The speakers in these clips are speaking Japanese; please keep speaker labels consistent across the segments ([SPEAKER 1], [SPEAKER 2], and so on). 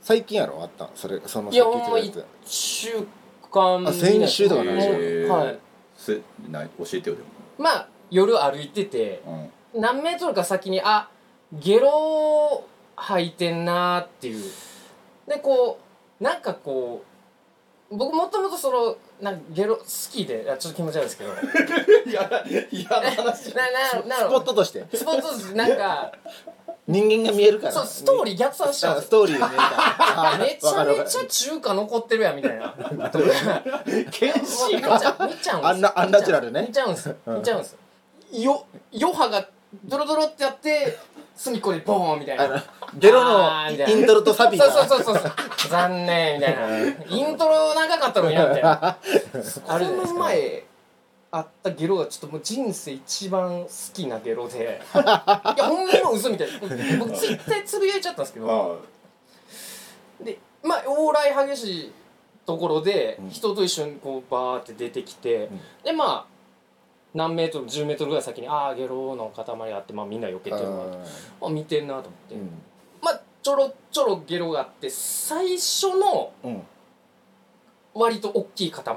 [SPEAKER 1] 最近やろあったそれその
[SPEAKER 2] いや
[SPEAKER 1] さっき
[SPEAKER 2] ほんま
[SPEAKER 1] 言ってたや
[SPEAKER 2] 1週間
[SPEAKER 1] あ先週とかなん
[SPEAKER 2] な
[SPEAKER 1] で
[SPEAKER 2] い
[SPEAKER 1] すよ
[SPEAKER 2] です
[SPEAKER 3] へー
[SPEAKER 2] はい
[SPEAKER 3] せな教えてよで
[SPEAKER 2] まあ夜歩いてて
[SPEAKER 3] も、
[SPEAKER 2] 何メートルか先にあゲロ吐いてんなーっていうでこうなんかこう僕もともとそのなんかゲロ好きであちょっと気持ち悪いですけどな
[SPEAKER 3] うん、いやいや 話
[SPEAKER 2] なな
[SPEAKER 1] つスポットとして
[SPEAKER 2] スポットですなんか
[SPEAKER 1] 人間が見えるから
[SPEAKER 2] そうストー
[SPEAKER 1] リ
[SPEAKER 2] リー逆算しちゃう
[SPEAKER 1] ー
[SPEAKER 2] んで
[SPEAKER 1] ス
[SPEAKER 2] すよ
[SPEAKER 1] トーリーが見える から
[SPEAKER 2] めちゃ
[SPEAKER 1] わかるわ
[SPEAKER 2] め
[SPEAKER 1] か
[SPEAKER 2] ちゃ
[SPEAKER 1] る
[SPEAKER 2] 中華残ってるやんみたい な
[SPEAKER 3] 検
[SPEAKER 2] もう見ちゃう見ちゃうんです
[SPEAKER 1] あんなアンナチュラルね
[SPEAKER 2] 見ちゃうんです
[SPEAKER 1] うん
[SPEAKER 2] 見ちゃうんですよ余波がドロドロってやって隅っこでボーンみたい
[SPEAKER 1] あ
[SPEAKER 2] な
[SPEAKER 1] のゲロ
[SPEAKER 2] あ
[SPEAKER 1] の
[SPEAKER 2] ーみたいな
[SPEAKER 1] イントロとサビが
[SPEAKER 2] そうそうそ うそうそう残念みたいなイントロ長かったのになみたいなあれこの前あったゲロがちょっともう人生一番好きなゲロ でいやほんまの嘘みたいな僕ツイッターつぶやいちゃったんですけど
[SPEAKER 3] あ
[SPEAKER 2] でまあ往来激しいところで
[SPEAKER 1] うん
[SPEAKER 2] 人と一緒にこうバーって出てきて、
[SPEAKER 1] うん
[SPEAKER 2] でまあ何メートル10メートルぐらい先にああゲロの塊があって、まあ、みんな避けてるわあ見てんなと思って、
[SPEAKER 1] うん
[SPEAKER 2] まあちょろちょろゲロがあって最初の
[SPEAKER 1] うん
[SPEAKER 2] 割と大きい塊
[SPEAKER 1] あ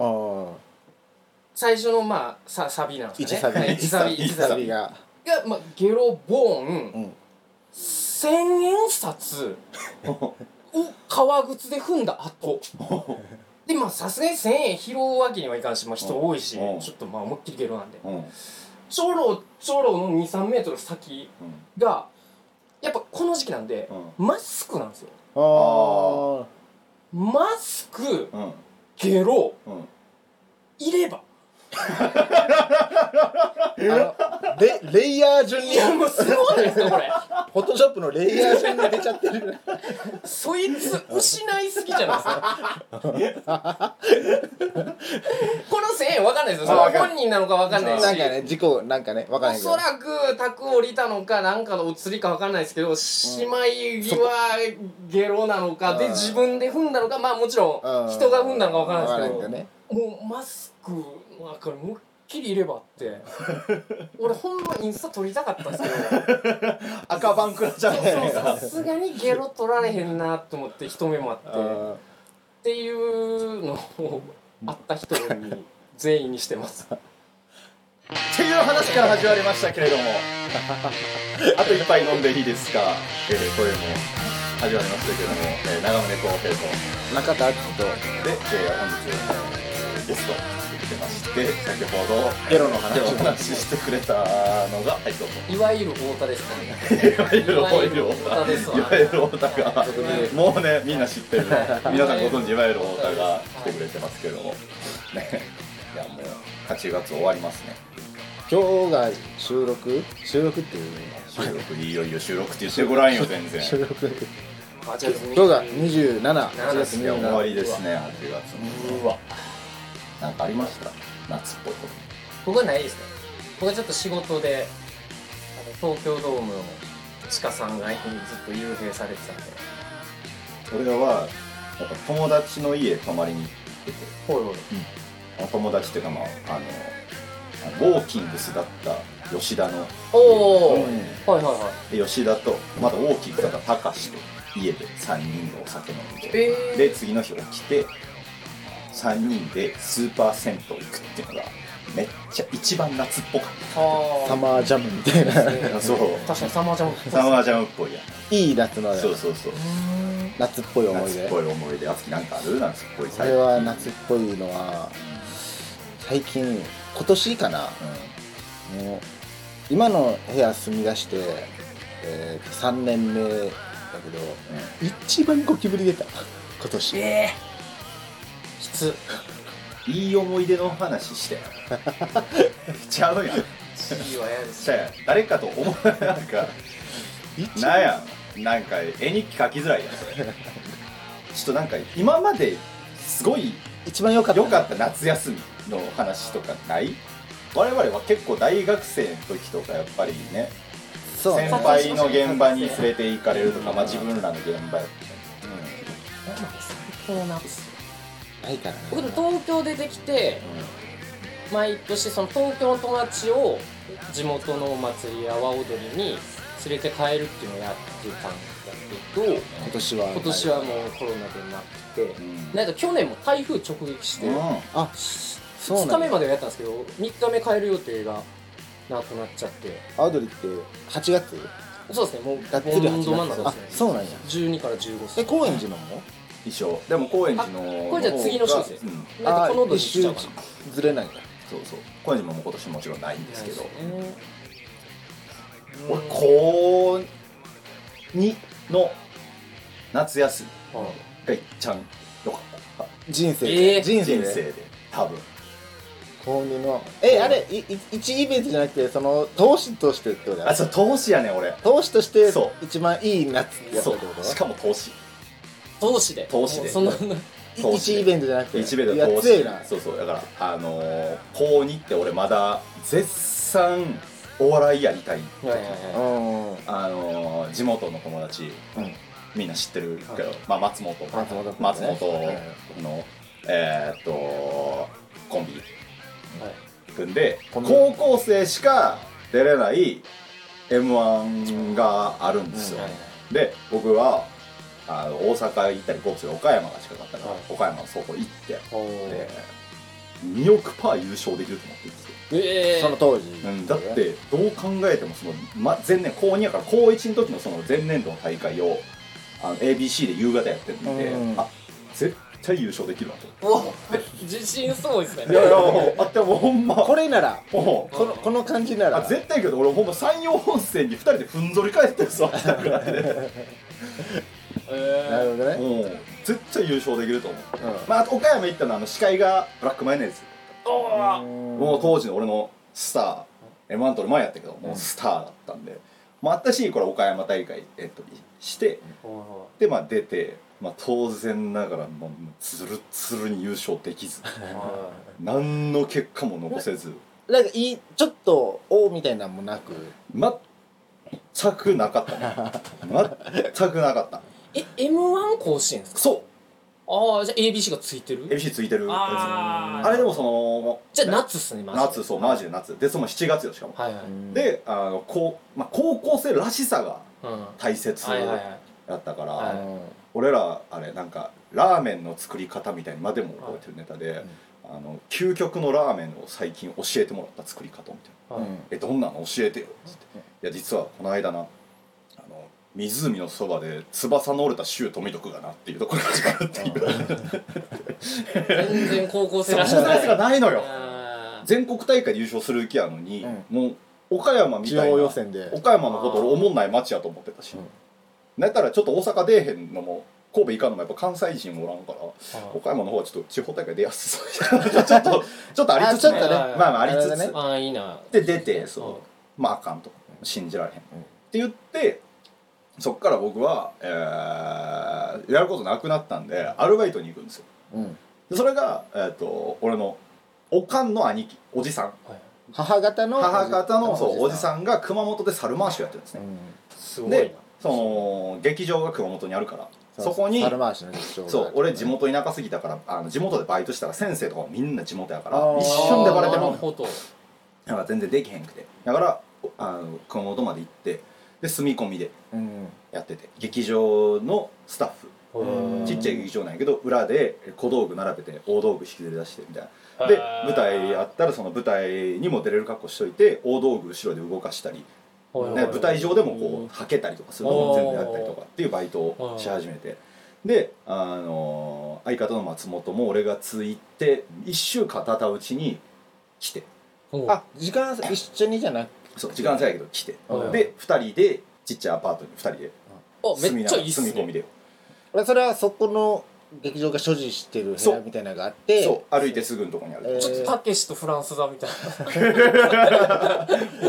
[SPEAKER 1] ー
[SPEAKER 2] 最初のまあさサビなんです
[SPEAKER 1] 一
[SPEAKER 2] か
[SPEAKER 1] サ
[SPEAKER 2] ね
[SPEAKER 1] ビ
[SPEAKER 2] 一サビ一
[SPEAKER 1] 一
[SPEAKER 2] サ
[SPEAKER 1] サ
[SPEAKER 2] ビ
[SPEAKER 1] ビが
[SPEAKER 2] が、まあ、ゲロボー
[SPEAKER 1] う
[SPEAKER 2] ン
[SPEAKER 1] ん
[SPEAKER 2] 千円札を革靴で踏んだ後でまあさすがに1000円拾うわけにはいかんし、まあ、人多いし、
[SPEAKER 3] うん
[SPEAKER 2] ちょっとまあ思いっきりゲロなんで
[SPEAKER 3] うんうん
[SPEAKER 2] ちょろちょろの2 3メートル先がやっぱこの時期なんで、マスクなんですよ
[SPEAKER 1] あー
[SPEAKER 2] マスク
[SPEAKER 3] うんうん
[SPEAKER 2] ゲロ
[SPEAKER 3] うん
[SPEAKER 2] いれば
[SPEAKER 1] あのレレイヤー順
[SPEAKER 2] い
[SPEAKER 1] に
[SPEAKER 2] やもうすごいないですかこれ
[SPEAKER 1] フォトショップのレイヤー順が出ちゃって る
[SPEAKER 2] そいつ失いすぎじゃないですか この1000円わかんないですよその
[SPEAKER 3] わかん
[SPEAKER 2] 本人なのかわかんな
[SPEAKER 1] ないん
[SPEAKER 2] し
[SPEAKER 1] かね事故なんかねわから
[SPEAKER 2] お
[SPEAKER 1] へんけ
[SPEAKER 2] そ
[SPEAKER 1] ど
[SPEAKER 2] らく宅を降りたのかなんかのお釣りかわかんないですけどしまい際ゲロなのかで
[SPEAKER 1] うん
[SPEAKER 2] 自分で踏んだのかまあもちろ
[SPEAKER 1] うん
[SPEAKER 2] ん人が踏んだのかわからないです
[SPEAKER 1] わか
[SPEAKER 2] けど
[SPEAKER 1] らへんけどね
[SPEAKER 2] もうマスクの中に思いっきりいればって 俺ほんまインスタ撮りたかったんです けど
[SPEAKER 1] 赤バンクラじゃない
[SPEAKER 2] そうさすがにゲロ取られへんなと思って一目もあってっていうのを会った人に全員にしてます。
[SPEAKER 3] っていう話から始まりましたけれどもあと一杯飲んでいいですか、えー、これも始まりましたけれども、えー、長宗浩平と
[SPEAKER 1] 中田明人
[SPEAKER 3] で、えー、本日、えー、ゲスト来てまして先ほど
[SPEAKER 1] ゲロの
[SPEAKER 3] で
[SPEAKER 1] 話
[SPEAKER 3] お
[SPEAKER 1] を
[SPEAKER 3] 話ししてくれたのがはいどうぞ
[SPEAKER 2] いわゆる太田ですかね。
[SPEAKER 3] いわゆる
[SPEAKER 2] いわゆる
[SPEAKER 3] 太
[SPEAKER 2] 太田ですわ
[SPEAKER 3] いわゆる太田が
[SPEAKER 2] はい
[SPEAKER 3] もうねみんな知ってるね
[SPEAKER 2] はい
[SPEAKER 3] 皆さんご存知いわゆる太田が来てくれてますけどもねいやもう8月終わりますね
[SPEAKER 1] 今日が収録収録っていうね
[SPEAKER 3] 収録いよいよ収録って言ってごらんよ全然
[SPEAKER 1] 収録
[SPEAKER 2] あじゃあ次
[SPEAKER 1] 今日が27 8月
[SPEAKER 3] いや終わ
[SPEAKER 1] 27
[SPEAKER 3] りですね8月も
[SPEAKER 2] うわ
[SPEAKER 3] なんかありました夏っぽいこ
[SPEAKER 2] 僕はないですね僕はちょっと仕事であの東京ドームの地下3階にずっと幽閉されてたんで
[SPEAKER 3] と俺はやっぱ友達の家泊まりに行ってて
[SPEAKER 2] ほいほい
[SPEAKER 3] あの友達っていうかまああのウォーキングスだった吉田の
[SPEAKER 2] おお、
[SPEAKER 3] うん
[SPEAKER 2] はいはいはい
[SPEAKER 3] で吉田とまだウォーキングスだった高志と家で3人でお酒飲んで、
[SPEAKER 2] えー
[SPEAKER 3] で次の日起きて3人でスーパー銭湯行くっていうのがめっちゃ一番夏っぽかっ
[SPEAKER 2] は
[SPEAKER 1] サマージャムみたいな
[SPEAKER 2] ー
[SPEAKER 3] たそう
[SPEAKER 2] 確かにサマージャム
[SPEAKER 3] サマージャムっぽいやん
[SPEAKER 1] いい夏の
[SPEAKER 3] そうそうそう
[SPEAKER 1] 夏っぽい思い
[SPEAKER 3] 夏っ
[SPEAKER 1] 出
[SPEAKER 3] ぽい思い出あつきなんかある夏っぽい
[SPEAKER 1] これは夏っぽいのは最近今年かなもう今の部屋住み出して、えー、3年目だけど
[SPEAKER 3] うんうん
[SPEAKER 1] 一番ゴキブリ出た今年
[SPEAKER 2] ええきつ
[SPEAKER 3] いい思い出の話 してちゃうや
[SPEAKER 2] い
[SPEAKER 3] ん
[SPEAKER 2] いわやです
[SPEAKER 3] ちゃうやん誰かと思うなんか
[SPEAKER 1] 一
[SPEAKER 3] なん
[SPEAKER 1] 番
[SPEAKER 3] やなんか絵日記書きづら いやんそれちょっとなんか今まですごい
[SPEAKER 1] 一番良かった
[SPEAKER 3] 良かった夏休みの話とかない我々は結構大学生の時とかやっぱりね
[SPEAKER 1] そう
[SPEAKER 3] 先
[SPEAKER 1] ね
[SPEAKER 3] 輩の現場に連れて行かれるとか、まあ、自分らの現場やったり
[SPEAKER 2] この夏
[SPEAKER 1] ないからね
[SPEAKER 2] 僕でも東京出てきて
[SPEAKER 3] うん
[SPEAKER 2] 毎年その東京の友達を地元のお祭りや阿波踊りに連れて帰るっていうのをやってたんですよけど
[SPEAKER 1] 今年は
[SPEAKER 2] 今年はもうコロナでなくてなんか去年も台風直撃して
[SPEAKER 1] あそうなんだ
[SPEAKER 2] 2日目まではやったんですけど3日目帰る予定がなくなっちゃって
[SPEAKER 1] アウドリって8月
[SPEAKER 2] そうですねもう
[SPEAKER 1] がっつり
[SPEAKER 2] ボンド真ん
[SPEAKER 1] 8月
[SPEAKER 2] 中
[SPEAKER 1] あ
[SPEAKER 2] ですね
[SPEAKER 1] そうなんや
[SPEAKER 2] 12から15歳
[SPEAKER 1] え高円寺のも
[SPEAKER 3] 衣装でも高円寺の
[SPEAKER 2] これじゃあ次の週
[SPEAKER 3] 方が
[SPEAKER 2] です
[SPEAKER 3] う
[SPEAKER 2] ね
[SPEAKER 3] ん
[SPEAKER 2] なんかこの
[SPEAKER 1] あ
[SPEAKER 2] 度
[SPEAKER 1] 一
[SPEAKER 2] にしちゃ
[SPEAKER 1] 周
[SPEAKER 2] うかな
[SPEAKER 1] ずれないんだ
[SPEAKER 3] そうそう高円寺ももう今年もちろんないんですけど
[SPEAKER 2] ないですね
[SPEAKER 3] 俺高2の夏休み
[SPEAKER 2] うん
[SPEAKER 3] がいっちゃんよかった
[SPEAKER 1] 人生
[SPEAKER 2] え
[SPEAKER 1] で
[SPEAKER 2] ー
[SPEAKER 1] 人生
[SPEAKER 3] 人生
[SPEAKER 1] で
[SPEAKER 3] で多分
[SPEAKER 1] 高2のえあれいい一イベントじゃなくてその投資としてってことだよ
[SPEAKER 3] あそう投資やねん俺
[SPEAKER 1] 投資として
[SPEAKER 3] そ
[SPEAKER 1] 一番いい夏ってやった
[SPEAKER 3] そ
[SPEAKER 1] ってこと
[SPEAKER 3] うしかも投資
[SPEAKER 2] 投資で
[SPEAKER 3] 投資で
[SPEAKER 2] もうその
[SPEAKER 3] 投資
[SPEAKER 1] 一イベントじゃなくて
[SPEAKER 3] 一部で
[SPEAKER 1] いや
[SPEAKER 3] 投資
[SPEAKER 1] 強いな
[SPEAKER 3] そうそうだからあのー高2って俺まだ絶賛お笑いやりたい
[SPEAKER 2] はいはいはい
[SPEAKER 1] うんうん
[SPEAKER 3] あのー地元の友達みんな知ってるけど、
[SPEAKER 2] はい
[SPEAKER 3] まあ、松本
[SPEAKER 1] 松本君ね
[SPEAKER 3] 松本の、
[SPEAKER 1] はい
[SPEAKER 3] えーっとコンビ
[SPEAKER 2] はい
[SPEAKER 3] 組んで
[SPEAKER 1] コ
[SPEAKER 3] 高
[SPEAKER 1] ンビ
[SPEAKER 3] 校生しか出れない m 1があるんですよ、
[SPEAKER 1] うん
[SPEAKER 3] で僕はあの大阪行ったり高知で岡山が近かったから、
[SPEAKER 2] はい
[SPEAKER 3] 岡山の倉庫行って
[SPEAKER 2] お
[SPEAKER 3] で2億パー優勝できると思ってるんですよ、
[SPEAKER 2] ええ
[SPEAKER 1] その当時
[SPEAKER 3] うんだってどう考えてもその、ま、前年高2やから高1の時のその前年度の大会をあの ABC で夕方やってるんで、
[SPEAKER 1] うん
[SPEAKER 3] あ絶対優勝できるなと思っ
[SPEAKER 2] う
[SPEAKER 3] て
[SPEAKER 2] わ自信すごいですね
[SPEAKER 3] いやいやもうあってもうほんま
[SPEAKER 1] これなら
[SPEAKER 3] もう
[SPEAKER 1] このこの感じな
[SPEAKER 3] あ
[SPEAKER 1] ら
[SPEAKER 3] 絶対やけど俺ほんま山陽本線に2人でふんぞり返ってるぞだから ね
[SPEAKER 1] なる
[SPEAKER 2] え
[SPEAKER 1] ほどね
[SPEAKER 3] もう絶対優勝できると思う、
[SPEAKER 1] うん
[SPEAKER 3] まあ、あと岡山行ったのはあの司会がブラックマヨネーズ
[SPEAKER 2] ーおー
[SPEAKER 3] もう当時の俺のスター M1 取る前やったけどもうスターだったんで、まあ、ったしこれ岡山大会エントリーしてでまあ出て、まあ、当然ながらもうつるつるに優勝で きず何の結果も残せず
[SPEAKER 1] なんかいいちょっと「お」みたいなんもなく
[SPEAKER 3] 全くなかったね全くなかった
[SPEAKER 2] え M1 甲子園ですか
[SPEAKER 3] そ
[SPEAKER 2] ああじゃあ ABC がついて
[SPEAKER 3] う
[SPEAKER 2] る
[SPEAKER 3] MC ついてるや
[SPEAKER 2] あ
[SPEAKER 3] つ
[SPEAKER 2] ー
[SPEAKER 3] あれでもその
[SPEAKER 2] じゃあ夏っすねマジで
[SPEAKER 3] 夏そうマジで夏でその7月よしかも、
[SPEAKER 2] はいはい、うん
[SPEAKER 3] であのこう、まあ、高校生らしさが
[SPEAKER 2] は
[SPEAKER 3] 大切
[SPEAKER 2] いはいはい
[SPEAKER 3] だったから、
[SPEAKER 1] う
[SPEAKER 2] はい
[SPEAKER 1] ん
[SPEAKER 3] 俺らあれなんかラーメンの作り方みたいにまでも覚えてるネタで、あの究極のラーメンを最近教えてもらった作り方みたいな
[SPEAKER 1] う
[SPEAKER 2] はい
[SPEAKER 1] ん
[SPEAKER 3] 「えどんなの教えてよ」っつって「いや実はこの間なあの湖のそばで翼の折れたシュート見とくがな」っていうところが始まるっていう
[SPEAKER 2] 全然高校生
[SPEAKER 3] そ
[SPEAKER 2] ら
[SPEAKER 3] の
[SPEAKER 2] しくな
[SPEAKER 3] スが
[SPEAKER 2] い
[SPEAKER 3] ないのよ
[SPEAKER 2] あー
[SPEAKER 3] 全国大会で優勝する気やのに、
[SPEAKER 1] うん
[SPEAKER 3] もう岡山み
[SPEAKER 1] 地
[SPEAKER 3] たい
[SPEAKER 1] 方
[SPEAKER 3] な
[SPEAKER 1] 予選で
[SPEAKER 3] 岡山のこと俺思んない町やと思ってたし、
[SPEAKER 1] うん
[SPEAKER 3] なんやったらちょっと大阪出えへんのも神戸行かんのもやっぱ関西人おらんから
[SPEAKER 2] はい
[SPEAKER 3] 岡山の方はちょっと地方大会出やすそうみたいな ちょっとちょっとありつつ、
[SPEAKER 1] あちょっとね
[SPEAKER 3] まあまあありつ
[SPEAKER 1] なるほど
[SPEAKER 3] つ、
[SPEAKER 1] ね
[SPEAKER 2] あーいいな
[SPEAKER 3] で出てそうまああかんと信じられへん、
[SPEAKER 1] うん
[SPEAKER 3] って言ってそっから僕は、えーやることなくなったんでアルバイトに行くんですよ
[SPEAKER 1] うん
[SPEAKER 3] でそれが、えー、と俺のおかんの兄貴おじさん
[SPEAKER 2] はい
[SPEAKER 1] 母方の
[SPEAKER 3] 母方のそうおじ
[SPEAKER 1] ん
[SPEAKER 3] さんが熊本で猿回しをやってるんですね、
[SPEAKER 1] うん
[SPEAKER 2] すごいな
[SPEAKER 3] でその劇場が熊本にあるからそこに
[SPEAKER 1] 猿回しの劇場が
[SPEAKER 3] そう俺地元田舎すぎたからあの地元でバイトしたら先生とかもみんな地元やから
[SPEAKER 1] あー
[SPEAKER 3] 一瞬でバレて
[SPEAKER 2] あーな
[SPEAKER 3] も
[SPEAKER 2] る
[SPEAKER 3] ん
[SPEAKER 2] ほど
[SPEAKER 3] だから全然できへんくてだからおあの熊本まで行ってで住み込みで
[SPEAKER 1] うん
[SPEAKER 3] やってて劇場のスタッフ
[SPEAKER 1] うん
[SPEAKER 3] ちっちゃい劇場なんやけど裏で小道具並べて大道具引きずり出してみたいなで
[SPEAKER 2] あー
[SPEAKER 3] 舞台あったらその舞台にも出れる格好しといて大道具後ろで動かしたり
[SPEAKER 2] はいはい
[SPEAKER 3] で舞台上でもこうはけたりとかするのも全部やったりとかっていうバイトをし始めてで、あのー相方の松本も俺がついて1週間経ったうちに来て
[SPEAKER 2] ほう
[SPEAKER 1] あ時間差一緒にじゃなく
[SPEAKER 3] そう時間差やけど来て
[SPEAKER 2] うん
[SPEAKER 3] で2人でちっちゃいアパートに2人で
[SPEAKER 2] あめ
[SPEAKER 3] 住み
[SPEAKER 2] っ
[SPEAKER 3] な
[SPEAKER 2] ちゃ
[SPEAKER 3] が
[SPEAKER 2] いい
[SPEAKER 3] ら
[SPEAKER 2] っす
[SPEAKER 3] 住み込み
[SPEAKER 2] ね
[SPEAKER 3] で
[SPEAKER 1] てそれはそこの劇場が所持してる部
[SPEAKER 3] そ
[SPEAKER 1] 屋
[SPEAKER 3] う
[SPEAKER 1] みたいなのがあって
[SPEAKER 3] そう歩いてすぐのとこにある、
[SPEAKER 1] えー
[SPEAKER 2] ちょっとたけしとフランスだみたい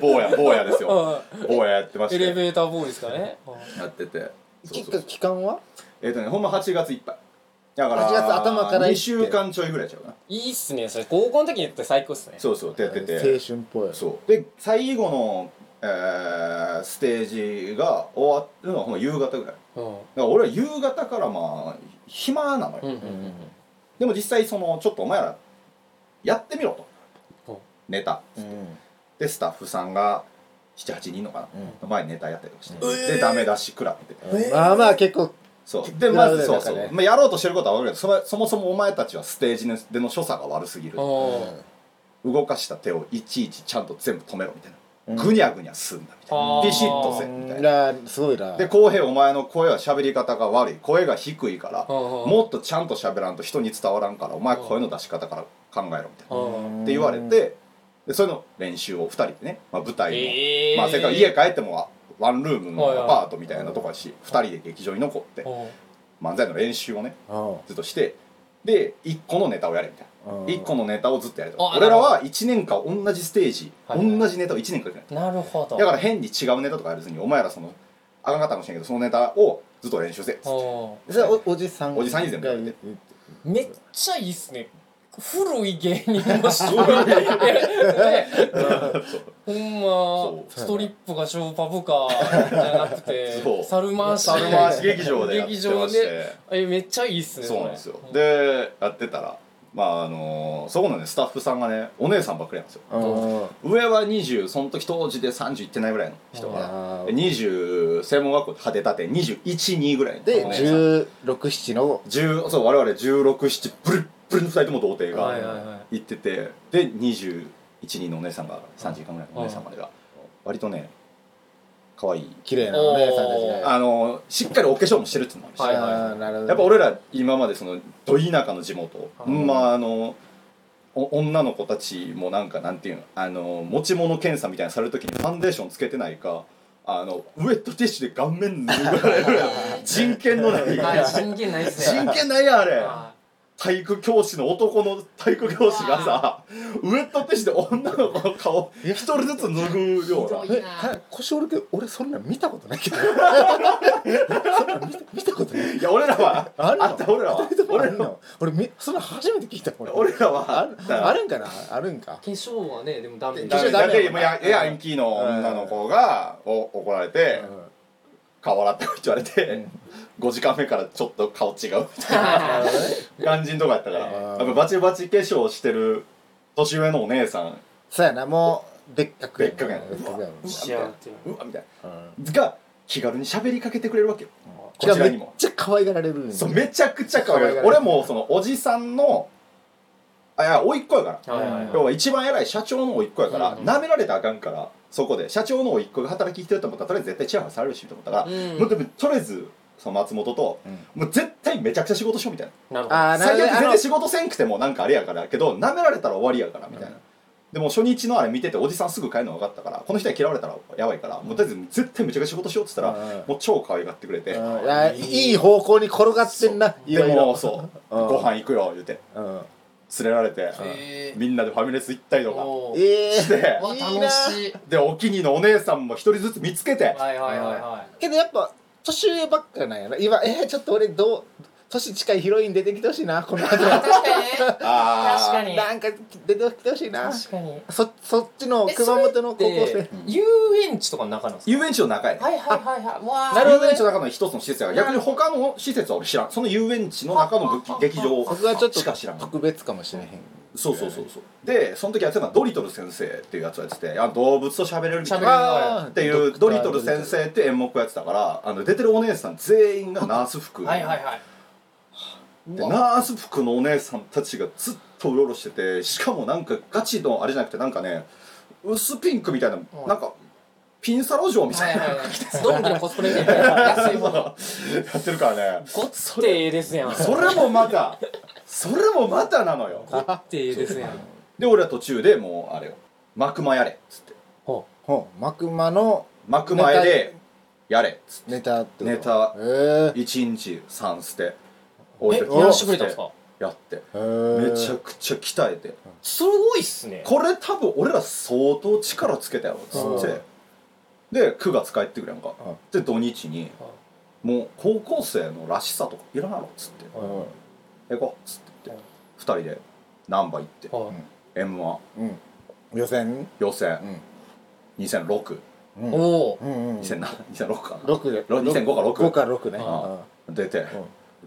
[SPEAKER 3] 坊や坊やですよ
[SPEAKER 2] な
[SPEAKER 3] 坊ややってまし
[SPEAKER 2] エ
[SPEAKER 3] て
[SPEAKER 2] レベーターボーイですかね
[SPEAKER 3] やっててそう
[SPEAKER 1] 結
[SPEAKER 3] そう
[SPEAKER 1] 果期間は
[SPEAKER 3] えっ、とねほんま8月いっぱいだから
[SPEAKER 1] 8月頭から行って
[SPEAKER 3] 2週間ちょいぐらいちゃうかない
[SPEAKER 2] いっすねそれ高校の時にやって最高っすね
[SPEAKER 3] そうそうってやってて、
[SPEAKER 1] 青春っぽい
[SPEAKER 3] そうで最後の、えーステージが終わるのはほんま夕方ぐらいだか
[SPEAKER 2] うん
[SPEAKER 3] ら俺は夕方からまあ暇なのよ、
[SPEAKER 2] うんうん
[SPEAKER 1] うんうん
[SPEAKER 3] でも実際そのちょっとお前らやってみろと、
[SPEAKER 2] ほ
[SPEAKER 3] ネタ
[SPEAKER 1] うん
[SPEAKER 3] でスタッフさんが78人のか
[SPEAKER 1] うん
[SPEAKER 3] な前にネタやったりとかして、
[SPEAKER 2] えー
[SPEAKER 3] でダメ出し食らって
[SPEAKER 2] えー
[SPEAKER 1] まあまあ結構
[SPEAKER 3] そうでまず
[SPEAKER 1] なるほ
[SPEAKER 3] そ
[SPEAKER 1] ど
[SPEAKER 3] うそう、
[SPEAKER 1] なんかね
[SPEAKER 3] まあ、やろうとしてることは悪いけどそれそもそもお前たちはステージでの所作が悪すぎる
[SPEAKER 2] あ
[SPEAKER 3] 動かした手をいちいちちゃんと全部止めろみたい
[SPEAKER 1] うん
[SPEAKER 3] なぐにゃぐにゃすんなみたい
[SPEAKER 2] あー
[SPEAKER 3] なビシッとせみたいな
[SPEAKER 1] なすごいな
[SPEAKER 3] で浩平お前の声は喋り方が悪い声が低いから
[SPEAKER 2] あああ
[SPEAKER 3] もっとちゃんと喋らんと人に伝わらんからお前声の出し方から考えろみたいな
[SPEAKER 2] ああ
[SPEAKER 3] って言われてでそれの練習を2人でね、まあ、舞台の、
[SPEAKER 2] ええ
[SPEAKER 3] まあ、せっかく家帰ってもワンルーム
[SPEAKER 2] はいは
[SPEAKER 3] の
[SPEAKER 2] い
[SPEAKER 3] アパートみたいなとこだし2人で劇場に残って
[SPEAKER 2] うん
[SPEAKER 3] 漫才の練習をね
[SPEAKER 1] うん
[SPEAKER 3] ずっとしてで1個のネタをやれみたい
[SPEAKER 1] うん
[SPEAKER 3] な1個のネタをずっとやれと
[SPEAKER 2] あ
[SPEAKER 3] 俺らは1年間同じステージ
[SPEAKER 2] はいはい
[SPEAKER 3] 同じネタを1年間やってない
[SPEAKER 2] なるほど
[SPEAKER 3] だから変に違うネタとかやらずにお前らそのあかんかったかもしれんけどそのネタをずっと練習せっつって
[SPEAKER 2] うん
[SPEAKER 1] それはおおじさん
[SPEAKER 3] おじさんに全部やって
[SPEAKER 2] めっちゃいいっすね古い芸人 もすごいねほんま
[SPEAKER 3] そう
[SPEAKER 2] ストリップがショーパブかじゃなくて
[SPEAKER 3] そう
[SPEAKER 2] サルマーシ
[SPEAKER 3] サルマーシ 劇場でやってま
[SPEAKER 2] 劇場
[SPEAKER 3] し
[SPEAKER 2] で
[SPEAKER 3] て
[SPEAKER 2] えめっちゃいいっすね
[SPEAKER 3] そうなんですよ
[SPEAKER 2] れ
[SPEAKER 3] でやってたらまああのそこのねスタッフさんがねお姉さんばっかりなんですよ
[SPEAKER 1] うん
[SPEAKER 3] 上は20その時当時で30いってないぐらいの人
[SPEAKER 1] あ
[SPEAKER 3] が
[SPEAKER 1] ー
[SPEAKER 3] で20専門学校で派手たて212ぐらいの
[SPEAKER 1] で
[SPEAKER 3] お姉さん
[SPEAKER 1] 1 6七の
[SPEAKER 3] 10そう我々1617ブリッブリの2人とも童貞
[SPEAKER 2] はいはい
[SPEAKER 3] が
[SPEAKER 2] は
[SPEAKER 3] 行っててで21人のお姉さんが3時間ぐらいのお姉さんまでが割とね可愛い
[SPEAKER 1] 綺麗なお姉さんたち
[SPEAKER 2] お
[SPEAKER 1] が
[SPEAKER 3] あのしっかりお化粧もしてるっていうのもあるし、
[SPEAKER 2] はいはい
[SPEAKER 1] あーなるほど
[SPEAKER 3] やっぱ俺ら今までそのど田舎の地元
[SPEAKER 2] あー
[SPEAKER 3] まああのお女の子たちもなんかなんていうのあの持ち物検査みたいなのされる時にファンデーションつけてないかあのウェットティッシュで顔面塗る ぐらい人権のない
[SPEAKER 2] はい真剣ないっすね
[SPEAKER 3] 人権ないやあれ
[SPEAKER 2] は
[SPEAKER 3] 体育教師の男の体育教師がさウェットティッシュで女の子の顔一人ずつ拭うような
[SPEAKER 2] ひどい
[SPEAKER 1] えは腰折るけど俺そんなん見たことない けどそんなん見た見たことない
[SPEAKER 3] いや俺らは
[SPEAKER 1] あるの
[SPEAKER 3] あった俺らは
[SPEAKER 1] 俺
[SPEAKER 3] 俺らは
[SPEAKER 1] の俺みそんなん初めて聞いた俺
[SPEAKER 3] 俺ら
[SPEAKER 1] あ
[SPEAKER 3] は
[SPEAKER 1] るあるんかなあるんか
[SPEAKER 2] 化粧はねでもダメ
[SPEAKER 1] 化
[SPEAKER 3] だ
[SPEAKER 1] 粧
[SPEAKER 3] だ
[SPEAKER 1] ダメ
[SPEAKER 3] け今やヤンキーの女の子がお怒られて顔洗ってこいって言われて5時間目からちょっと顔違うみたいな感じのとこやったから
[SPEAKER 1] あー
[SPEAKER 3] やっぱバチバチ化粧してる年上のお姉さん
[SPEAKER 1] そうやなもうでっかく
[SPEAKER 3] でっかくやな
[SPEAKER 1] でっかくやな
[SPEAKER 2] 幸っていう
[SPEAKER 3] うわみたい
[SPEAKER 1] うん
[SPEAKER 3] なが気軽に喋りかけてくれるわけよこ
[SPEAKER 1] 違う
[SPEAKER 3] ちらに
[SPEAKER 1] めっ
[SPEAKER 3] も
[SPEAKER 1] ちゃ可愛がられるんや
[SPEAKER 3] そうめちゃくちゃ可愛
[SPEAKER 1] 可
[SPEAKER 3] い
[SPEAKER 1] 愛い
[SPEAKER 3] 俺もそのおじさんのあいや甥っ子やから
[SPEAKER 2] はいはいはい
[SPEAKER 3] 要は一番偉い社長の甥っ子やから、
[SPEAKER 2] うんうん
[SPEAKER 3] 舐められたらあかんからそこで社長の甥っ子が働ききてると思ったらとりあえず絶対チヤホヤされるしと思ったから、
[SPEAKER 2] うん
[SPEAKER 3] もうでもとりあえずその松本と、
[SPEAKER 1] う
[SPEAKER 3] もう絶対めちゃくちゃ仕事しようみたい
[SPEAKER 2] なるほど
[SPEAKER 1] あ
[SPEAKER 3] な
[SPEAKER 1] ーなるほ
[SPEAKER 3] 最
[SPEAKER 1] ど
[SPEAKER 3] 悪
[SPEAKER 1] あ
[SPEAKER 3] 全
[SPEAKER 1] の
[SPEAKER 3] 然仕事せんくてもなんかあれやからけど舐められたら終わりやからみたいな、でも初日のあれ見てておじさんすぐ帰るの分かったからこの人は嫌われたらやばいから、もうとりあえず絶対めちゃくちゃ仕事しようっつったら、
[SPEAKER 1] うん
[SPEAKER 3] もう超可愛がってくれて、
[SPEAKER 1] うんいやいい方向に転がってんな
[SPEAKER 3] そう
[SPEAKER 1] い
[SPEAKER 3] で
[SPEAKER 1] ろいろ
[SPEAKER 3] もそう
[SPEAKER 1] うん
[SPEAKER 3] ご飯行くよ言うて
[SPEAKER 1] うん
[SPEAKER 3] 連れられて、
[SPEAKER 2] へー
[SPEAKER 3] みんなでファミレス行ったりとか
[SPEAKER 2] おー
[SPEAKER 1] ええ
[SPEAKER 3] して
[SPEAKER 2] わ
[SPEAKER 1] いいな
[SPEAKER 2] 楽しい
[SPEAKER 3] でお気に入りのお姉さんも一人ずつ見つけて
[SPEAKER 2] はいはいはいはい
[SPEAKER 1] けどやっぱ年上ばっかなんやな今えーちょっと俺どう年近いヒロイン出てきてほしいなこの後
[SPEAKER 2] 確かにね
[SPEAKER 3] あ
[SPEAKER 2] 確
[SPEAKER 3] ー
[SPEAKER 2] かに
[SPEAKER 1] なんか出てきてほしいな
[SPEAKER 2] 確かに
[SPEAKER 1] そそっちの熊本の高校生
[SPEAKER 2] 遊園地とかの中なんです
[SPEAKER 3] 遊園地の中やね
[SPEAKER 2] かはいはいはいはいわあ
[SPEAKER 1] なるほどね
[SPEAKER 3] 遊園地の中の一つの施設や逆に他の施設は俺知らんその遊園地の中の劇劇場
[SPEAKER 1] 僕はちょっと
[SPEAKER 3] しか知らん
[SPEAKER 1] 特別かもしれへん
[SPEAKER 3] そうそうそうそうでその時やってたのはドリトル先生っていうやつがやっててあ動物と喋れるみたい
[SPEAKER 2] 喋れる
[SPEAKER 3] な
[SPEAKER 1] あー
[SPEAKER 3] っていうドリトル先生って演目をやってたからあの出てるお姉さん全員がナース服
[SPEAKER 2] はいはいはい
[SPEAKER 3] でナース服のお姉さんたちがずっとうろうろしててしかもなんかガチのあれじゃなくてなんかね薄ピンクみたいななんかピンサロ嬢みた
[SPEAKER 2] はい
[SPEAKER 3] いな
[SPEAKER 2] はいはいドンキのコスプレみたいな安いもの
[SPEAKER 3] やってるからね
[SPEAKER 2] ごってええですやん
[SPEAKER 3] それもまたそれもまたなのよ
[SPEAKER 2] ごってええですやん
[SPEAKER 3] で俺は途中でもうあれよ幕間やれっつって
[SPEAKER 2] ほ
[SPEAKER 1] ほうマクマの
[SPEAKER 3] 幕間やれやれっつっ
[SPEAKER 1] ネタってこと
[SPEAKER 3] ネタ
[SPEAKER 1] へ
[SPEAKER 3] て1日3捨て
[SPEAKER 2] うえ
[SPEAKER 3] 俺
[SPEAKER 2] や
[SPEAKER 3] が
[SPEAKER 2] らしてくれたんですか
[SPEAKER 3] やって
[SPEAKER 1] え
[SPEAKER 3] めちゃくちゃ鍛えて
[SPEAKER 2] すごいっすね
[SPEAKER 3] これ多分俺ら相当力つけたやろっつってで9月帰ってくれやんか
[SPEAKER 1] うん
[SPEAKER 3] で土日にもう高校生のらしさとかいらんやろっつって
[SPEAKER 1] うん
[SPEAKER 3] 行こうっつって言っ
[SPEAKER 2] うん
[SPEAKER 3] て2人で難波行って
[SPEAKER 2] は
[SPEAKER 3] m 1
[SPEAKER 1] うん予選
[SPEAKER 3] 予
[SPEAKER 1] う
[SPEAKER 3] 選
[SPEAKER 1] ん
[SPEAKER 3] 2006
[SPEAKER 1] う
[SPEAKER 2] い
[SPEAKER 1] ん
[SPEAKER 2] おお
[SPEAKER 1] うんうん
[SPEAKER 3] 2007 2006かな
[SPEAKER 1] 六で
[SPEAKER 3] ろ2005か6
[SPEAKER 1] 5か6ね
[SPEAKER 3] あ出て
[SPEAKER 1] うん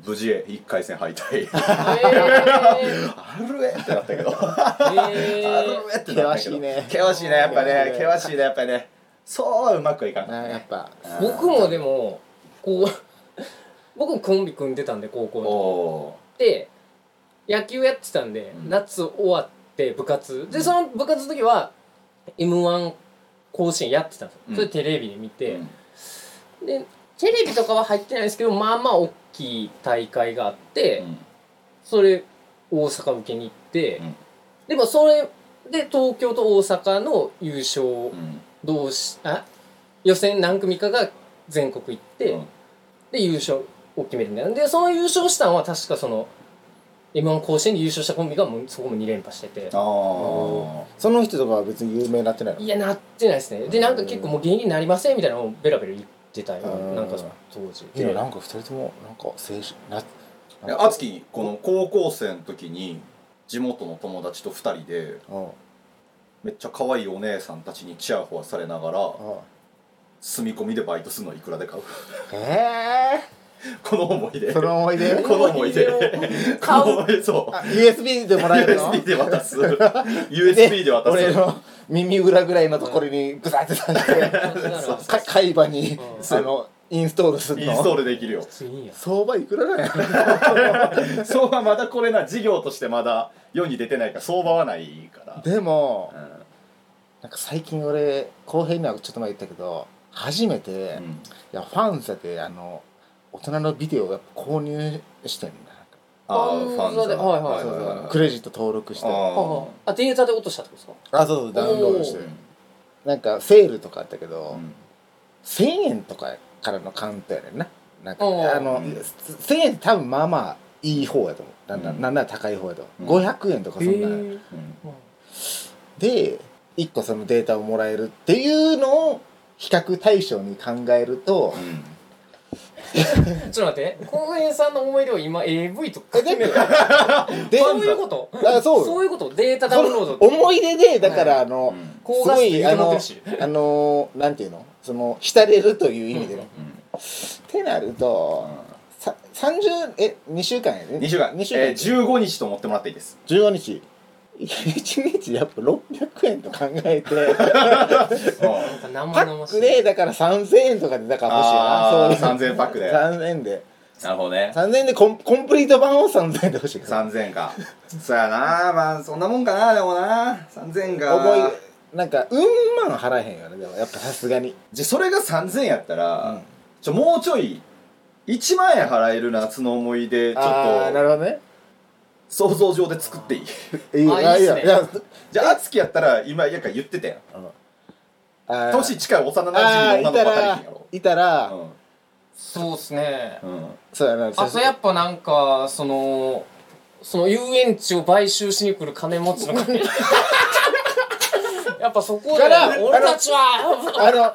[SPEAKER 3] 無事1回戦 敗退
[SPEAKER 2] え
[SPEAKER 3] あるえってなったけどあ
[SPEAKER 2] ーえ
[SPEAKER 3] るえってなった
[SPEAKER 1] 険
[SPEAKER 3] けど
[SPEAKER 1] しいね
[SPEAKER 3] 険しいねやっぱね険しいねやっぱねそううまくはいかんか
[SPEAKER 1] な
[SPEAKER 3] った
[SPEAKER 1] やっ
[SPEAKER 3] ね
[SPEAKER 1] ぱ
[SPEAKER 2] 僕もでもこう 僕コンビ組んでたんで高校の
[SPEAKER 3] おー
[SPEAKER 2] で野球やってたんで、
[SPEAKER 3] うん
[SPEAKER 2] 夏終わって部活でその部活の時は m 1甲子園やってたんですよ、
[SPEAKER 3] うん
[SPEAKER 2] それテレビで見て、
[SPEAKER 3] うん
[SPEAKER 2] でテレビとかは入ってないですけどまあまあ大きい大会があって、それ大阪受けに行って、
[SPEAKER 3] うん
[SPEAKER 2] でもそれで東京と大阪の優勝
[SPEAKER 3] うんうん
[SPEAKER 2] 同士、あ予選何組かが全国行って、
[SPEAKER 3] うん
[SPEAKER 2] で優勝を決めるんだよでその優勝したのは確かその m 1甲子園で優勝したコンビがもうそこも2連覇してて
[SPEAKER 3] あー
[SPEAKER 1] その人とかは別に有名になってないの
[SPEAKER 2] いやなってないですねでなんか結構もう芸人になりませんみたいなのをベラベラ言ってたよ
[SPEAKER 1] うん
[SPEAKER 2] なんか当時
[SPEAKER 1] いやな
[SPEAKER 2] で
[SPEAKER 1] んか二人ともなんか青春な
[SPEAKER 3] え敦貴この高校生の時に地元の友達と二人で
[SPEAKER 1] うん
[SPEAKER 3] めっちゃ可愛いお姉さんたちにチヤホヤされながら
[SPEAKER 1] うん
[SPEAKER 3] 住み込みでバイトするのはいくらで買う
[SPEAKER 1] え
[SPEAKER 3] この思い
[SPEAKER 1] え
[SPEAKER 3] 出
[SPEAKER 1] その思い出
[SPEAKER 3] この思い出
[SPEAKER 2] 思い出を
[SPEAKER 3] この思い出 そう
[SPEAKER 1] あ USB でもらえるの
[SPEAKER 3] USB で渡す USB で渡
[SPEAKER 1] 俺
[SPEAKER 3] す
[SPEAKER 1] の耳裏ぐらいのところにブサって刺して
[SPEAKER 2] そう
[SPEAKER 1] か海馬に
[SPEAKER 2] うん
[SPEAKER 1] あのインストールする
[SPEAKER 3] インストー
[SPEAKER 1] の
[SPEAKER 3] ルできるよ
[SPEAKER 2] いいんや
[SPEAKER 1] 相場いくらなんや
[SPEAKER 3] 相場まだこれな事業としてまだ世に出てないから相場はないから
[SPEAKER 1] でも
[SPEAKER 3] うん
[SPEAKER 1] なんか最近俺公平にはちょっと前言ったけど初めて
[SPEAKER 3] うん
[SPEAKER 1] いやファンザであの大人のビデオをやっぱ購入してんだ
[SPEAKER 3] あ
[SPEAKER 2] ファン
[SPEAKER 3] ー
[SPEAKER 2] ザ
[SPEAKER 3] ファンザ
[SPEAKER 2] はいはい
[SPEAKER 1] そうそうク
[SPEAKER 3] クレ
[SPEAKER 1] レジット登録してあ
[SPEAKER 3] あ
[SPEAKER 2] あデータで落としたってことです
[SPEAKER 1] そうそうダウンロードして
[SPEAKER 3] ー
[SPEAKER 1] るなんかセールとかあったけど、
[SPEAKER 3] うん
[SPEAKER 1] 1000円とかからのカウントやねんななんか
[SPEAKER 2] おー
[SPEAKER 1] あの、
[SPEAKER 3] うん
[SPEAKER 1] 1000円って多分まあまあいい方やと思うなんだ、
[SPEAKER 3] うん
[SPEAKER 1] なんなら高い方やと思
[SPEAKER 3] う
[SPEAKER 1] う、
[SPEAKER 3] ん
[SPEAKER 1] 500円とか
[SPEAKER 2] か
[SPEAKER 1] そんな、
[SPEAKER 2] へ
[SPEAKER 3] うん
[SPEAKER 1] で1個そのデータをもらえるっていうのを比較対象に考えると、
[SPEAKER 2] えちょっと待って浩平さんの思い出を今 AV とか決める
[SPEAKER 1] で
[SPEAKER 2] そういうこと
[SPEAKER 1] あそう
[SPEAKER 2] そういうことデータダウンロードって
[SPEAKER 1] 思い出でだから
[SPEAKER 2] は
[SPEAKER 1] あの、
[SPEAKER 3] うん
[SPEAKER 2] 高
[SPEAKER 1] す
[SPEAKER 2] 画
[SPEAKER 1] ご
[SPEAKER 2] 質で
[SPEAKER 1] いあ
[SPEAKER 2] 認めて
[SPEAKER 1] の
[SPEAKER 2] るし
[SPEAKER 1] あのなんていうのその浸れるという意味での、
[SPEAKER 2] うん
[SPEAKER 3] う
[SPEAKER 1] ってなると、
[SPEAKER 3] ん
[SPEAKER 1] さ30え2週間やね
[SPEAKER 3] 二週間、
[SPEAKER 1] 2週
[SPEAKER 3] えー、
[SPEAKER 1] 間、
[SPEAKER 3] 15日と思ってもらってい いです。
[SPEAKER 1] 15日1日やっぱ600円と考 えて
[SPEAKER 2] なん
[SPEAKER 1] パ
[SPEAKER 2] か生
[SPEAKER 1] ッ
[SPEAKER 2] 々し
[SPEAKER 1] ク
[SPEAKER 2] い
[SPEAKER 1] でだから3000円とかでだから欲しいな
[SPEAKER 3] あー
[SPEAKER 1] そういう
[SPEAKER 3] 3000パックで
[SPEAKER 1] 3000円で
[SPEAKER 3] なるほどね。
[SPEAKER 1] 3000円でコンコンプリート版を3000円で欲しいから
[SPEAKER 3] 3000か。そうやな、まあそんなもんかな、でもな、3000か。
[SPEAKER 1] 思いなんかうんまん払えへんよねでもやっぱさすがに
[SPEAKER 3] じゃ、それが3000やったら、
[SPEAKER 1] うん
[SPEAKER 3] ちょ、もうちょい、1万円払える夏の思い出、ちょ
[SPEAKER 1] ああ
[SPEAKER 3] っ
[SPEAKER 1] な
[SPEAKER 3] と、
[SPEAKER 1] るほどね
[SPEAKER 3] 想像上で作っていい。
[SPEAKER 1] いい
[SPEAKER 2] あ
[SPEAKER 1] や
[SPEAKER 2] いいっす
[SPEAKER 1] や
[SPEAKER 2] ね
[SPEAKER 1] いや
[SPEAKER 3] じゃあ、敦貴やったら、今、やっぱ言ってたやん。
[SPEAKER 1] あー
[SPEAKER 3] 年近い幼馴
[SPEAKER 1] あ
[SPEAKER 3] 染
[SPEAKER 1] ーい
[SPEAKER 3] の女
[SPEAKER 1] た
[SPEAKER 3] の子働
[SPEAKER 1] ら
[SPEAKER 3] きやろ。
[SPEAKER 1] いたら、
[SPEAKER 2] そうですね
[SPEAKER 3] うん。うん。
[SPEAKER 1] そうやな
[SPEAKER 2] あとやっぱなんかそのその遊園地を買収しに来る金持ちの金やっぱそこで
[SPEAKER 1] から
[SPEAKER 2] 俺たちは
[SPEAKER 1] あの、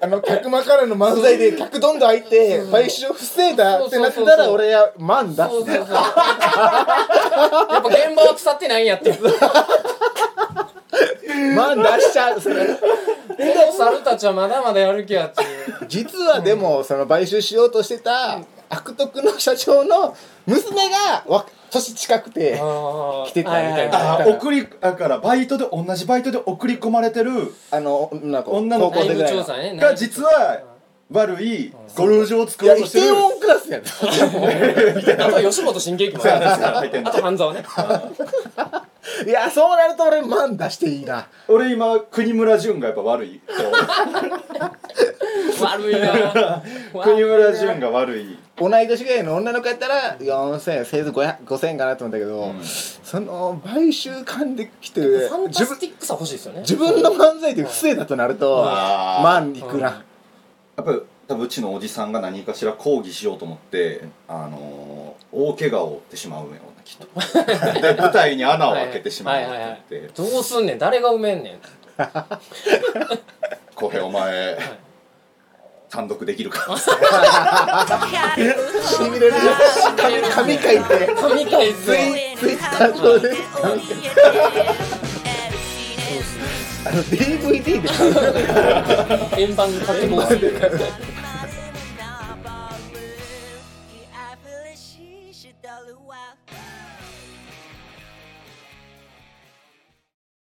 [SPEAKER 1] あの、客間からの漫才で客どんどん入って、買収防いだってなってたら、俺は万だ。
[SPEAKER 2] そうそうそうやっぱ現場は腐ってないんやっていう
[SPEAKER 1] 万出しちゃう。それ
[SPEAKER 2] 猿たちはまだまだやる気やっていう
[SPEAKER 1] 実はでも、その買収しようとしてた、悪徳の社長の娘が、わ、年近くて、
[SPEAKER 2] あー
[SPEAKER 1] 来てたみたいな
[SPEAKER 2] は
[SPEAKER 3] あ
[SPEAKER 2] は
[SPEAKER 3] ー送りだからバイトで同じバイトで送り込まれてる
[SPEAKER 1] あの、女の子、
[SPEAKER 3] 女の子
[SPEAKER 1] 高校
[SPEAKER 2] 内
[SPEAKER 1] 生ぐ
[SPEAKER 2] 部
[SPEAKER 1] らい
[SPEAKER 2] 調
[SPEAKER 1] の。
[SPEAKER 2] 査ね
[SPEAKER 3] が実は悪いゴルフ場を
[SPEAKER 1] い
[SPEAKER 3] 作
[SPEAKER 1] や、
[SPEAKER 3] ろうと
[SPEAKER 1] イ
[SPEAKER 3] して
[SPEAKER 1] テ
[SPEAKER 3] る
[SPEAKER 1] ウォンクラスやん。
[SPEAKER 2] あと吉本新喜劇もある
[SPEAKER 3] 入ってん
[SPEAKER 2] あ
[SPEAKER 3] の
[SPEAKER 2] と半沢ね
[SPEAKER 1] いや、そうなると俺、万出していいな。
[SPEAKER 3] 俺今国村淳がやっぱ悪い
[SPEAKER 2] 悪いな
[SPEAKER 3] 国村淳が悪い
[SPEAKER 1] 同い年ぐらいの女の子やったら4000円せいぜい500 5000円かなと思うんだけど、
[SPEAKER 3] ん
[SPEAKER 1] その買収感できて
[SPEAKER 2] ファンタ
[SPEAKER 1] 自分
[SPEAKER 2] スティックさ欲しいですよね
[SPEAKER 1] 自分の漫才で不正だとなると
[SPEAKER 3] わあ
[SPEAKER 1] まあいくら
[SPEAKER 3] やっぱり多分うちのおじさんが何かしら抗議しようと思って、あのー大怪我を負ってしまうんやろうなきっとで舞台に穴を開けてしまうって
[SPEAKER 2] はいはいはい
[SPEAKER 3] 言って
[SPEAKER 2] どうすんねん誰が埋めんねん
[SPEAKER 3] 「浩平お前単独できるか?」
[SPEAKER 1] しみれる紙紙書いて
[SPEAKER 2] 神回っすよ
[SPEAKER 1] ツイッター上であの DVD で買う
[SPEAKER 2] 円盤かけます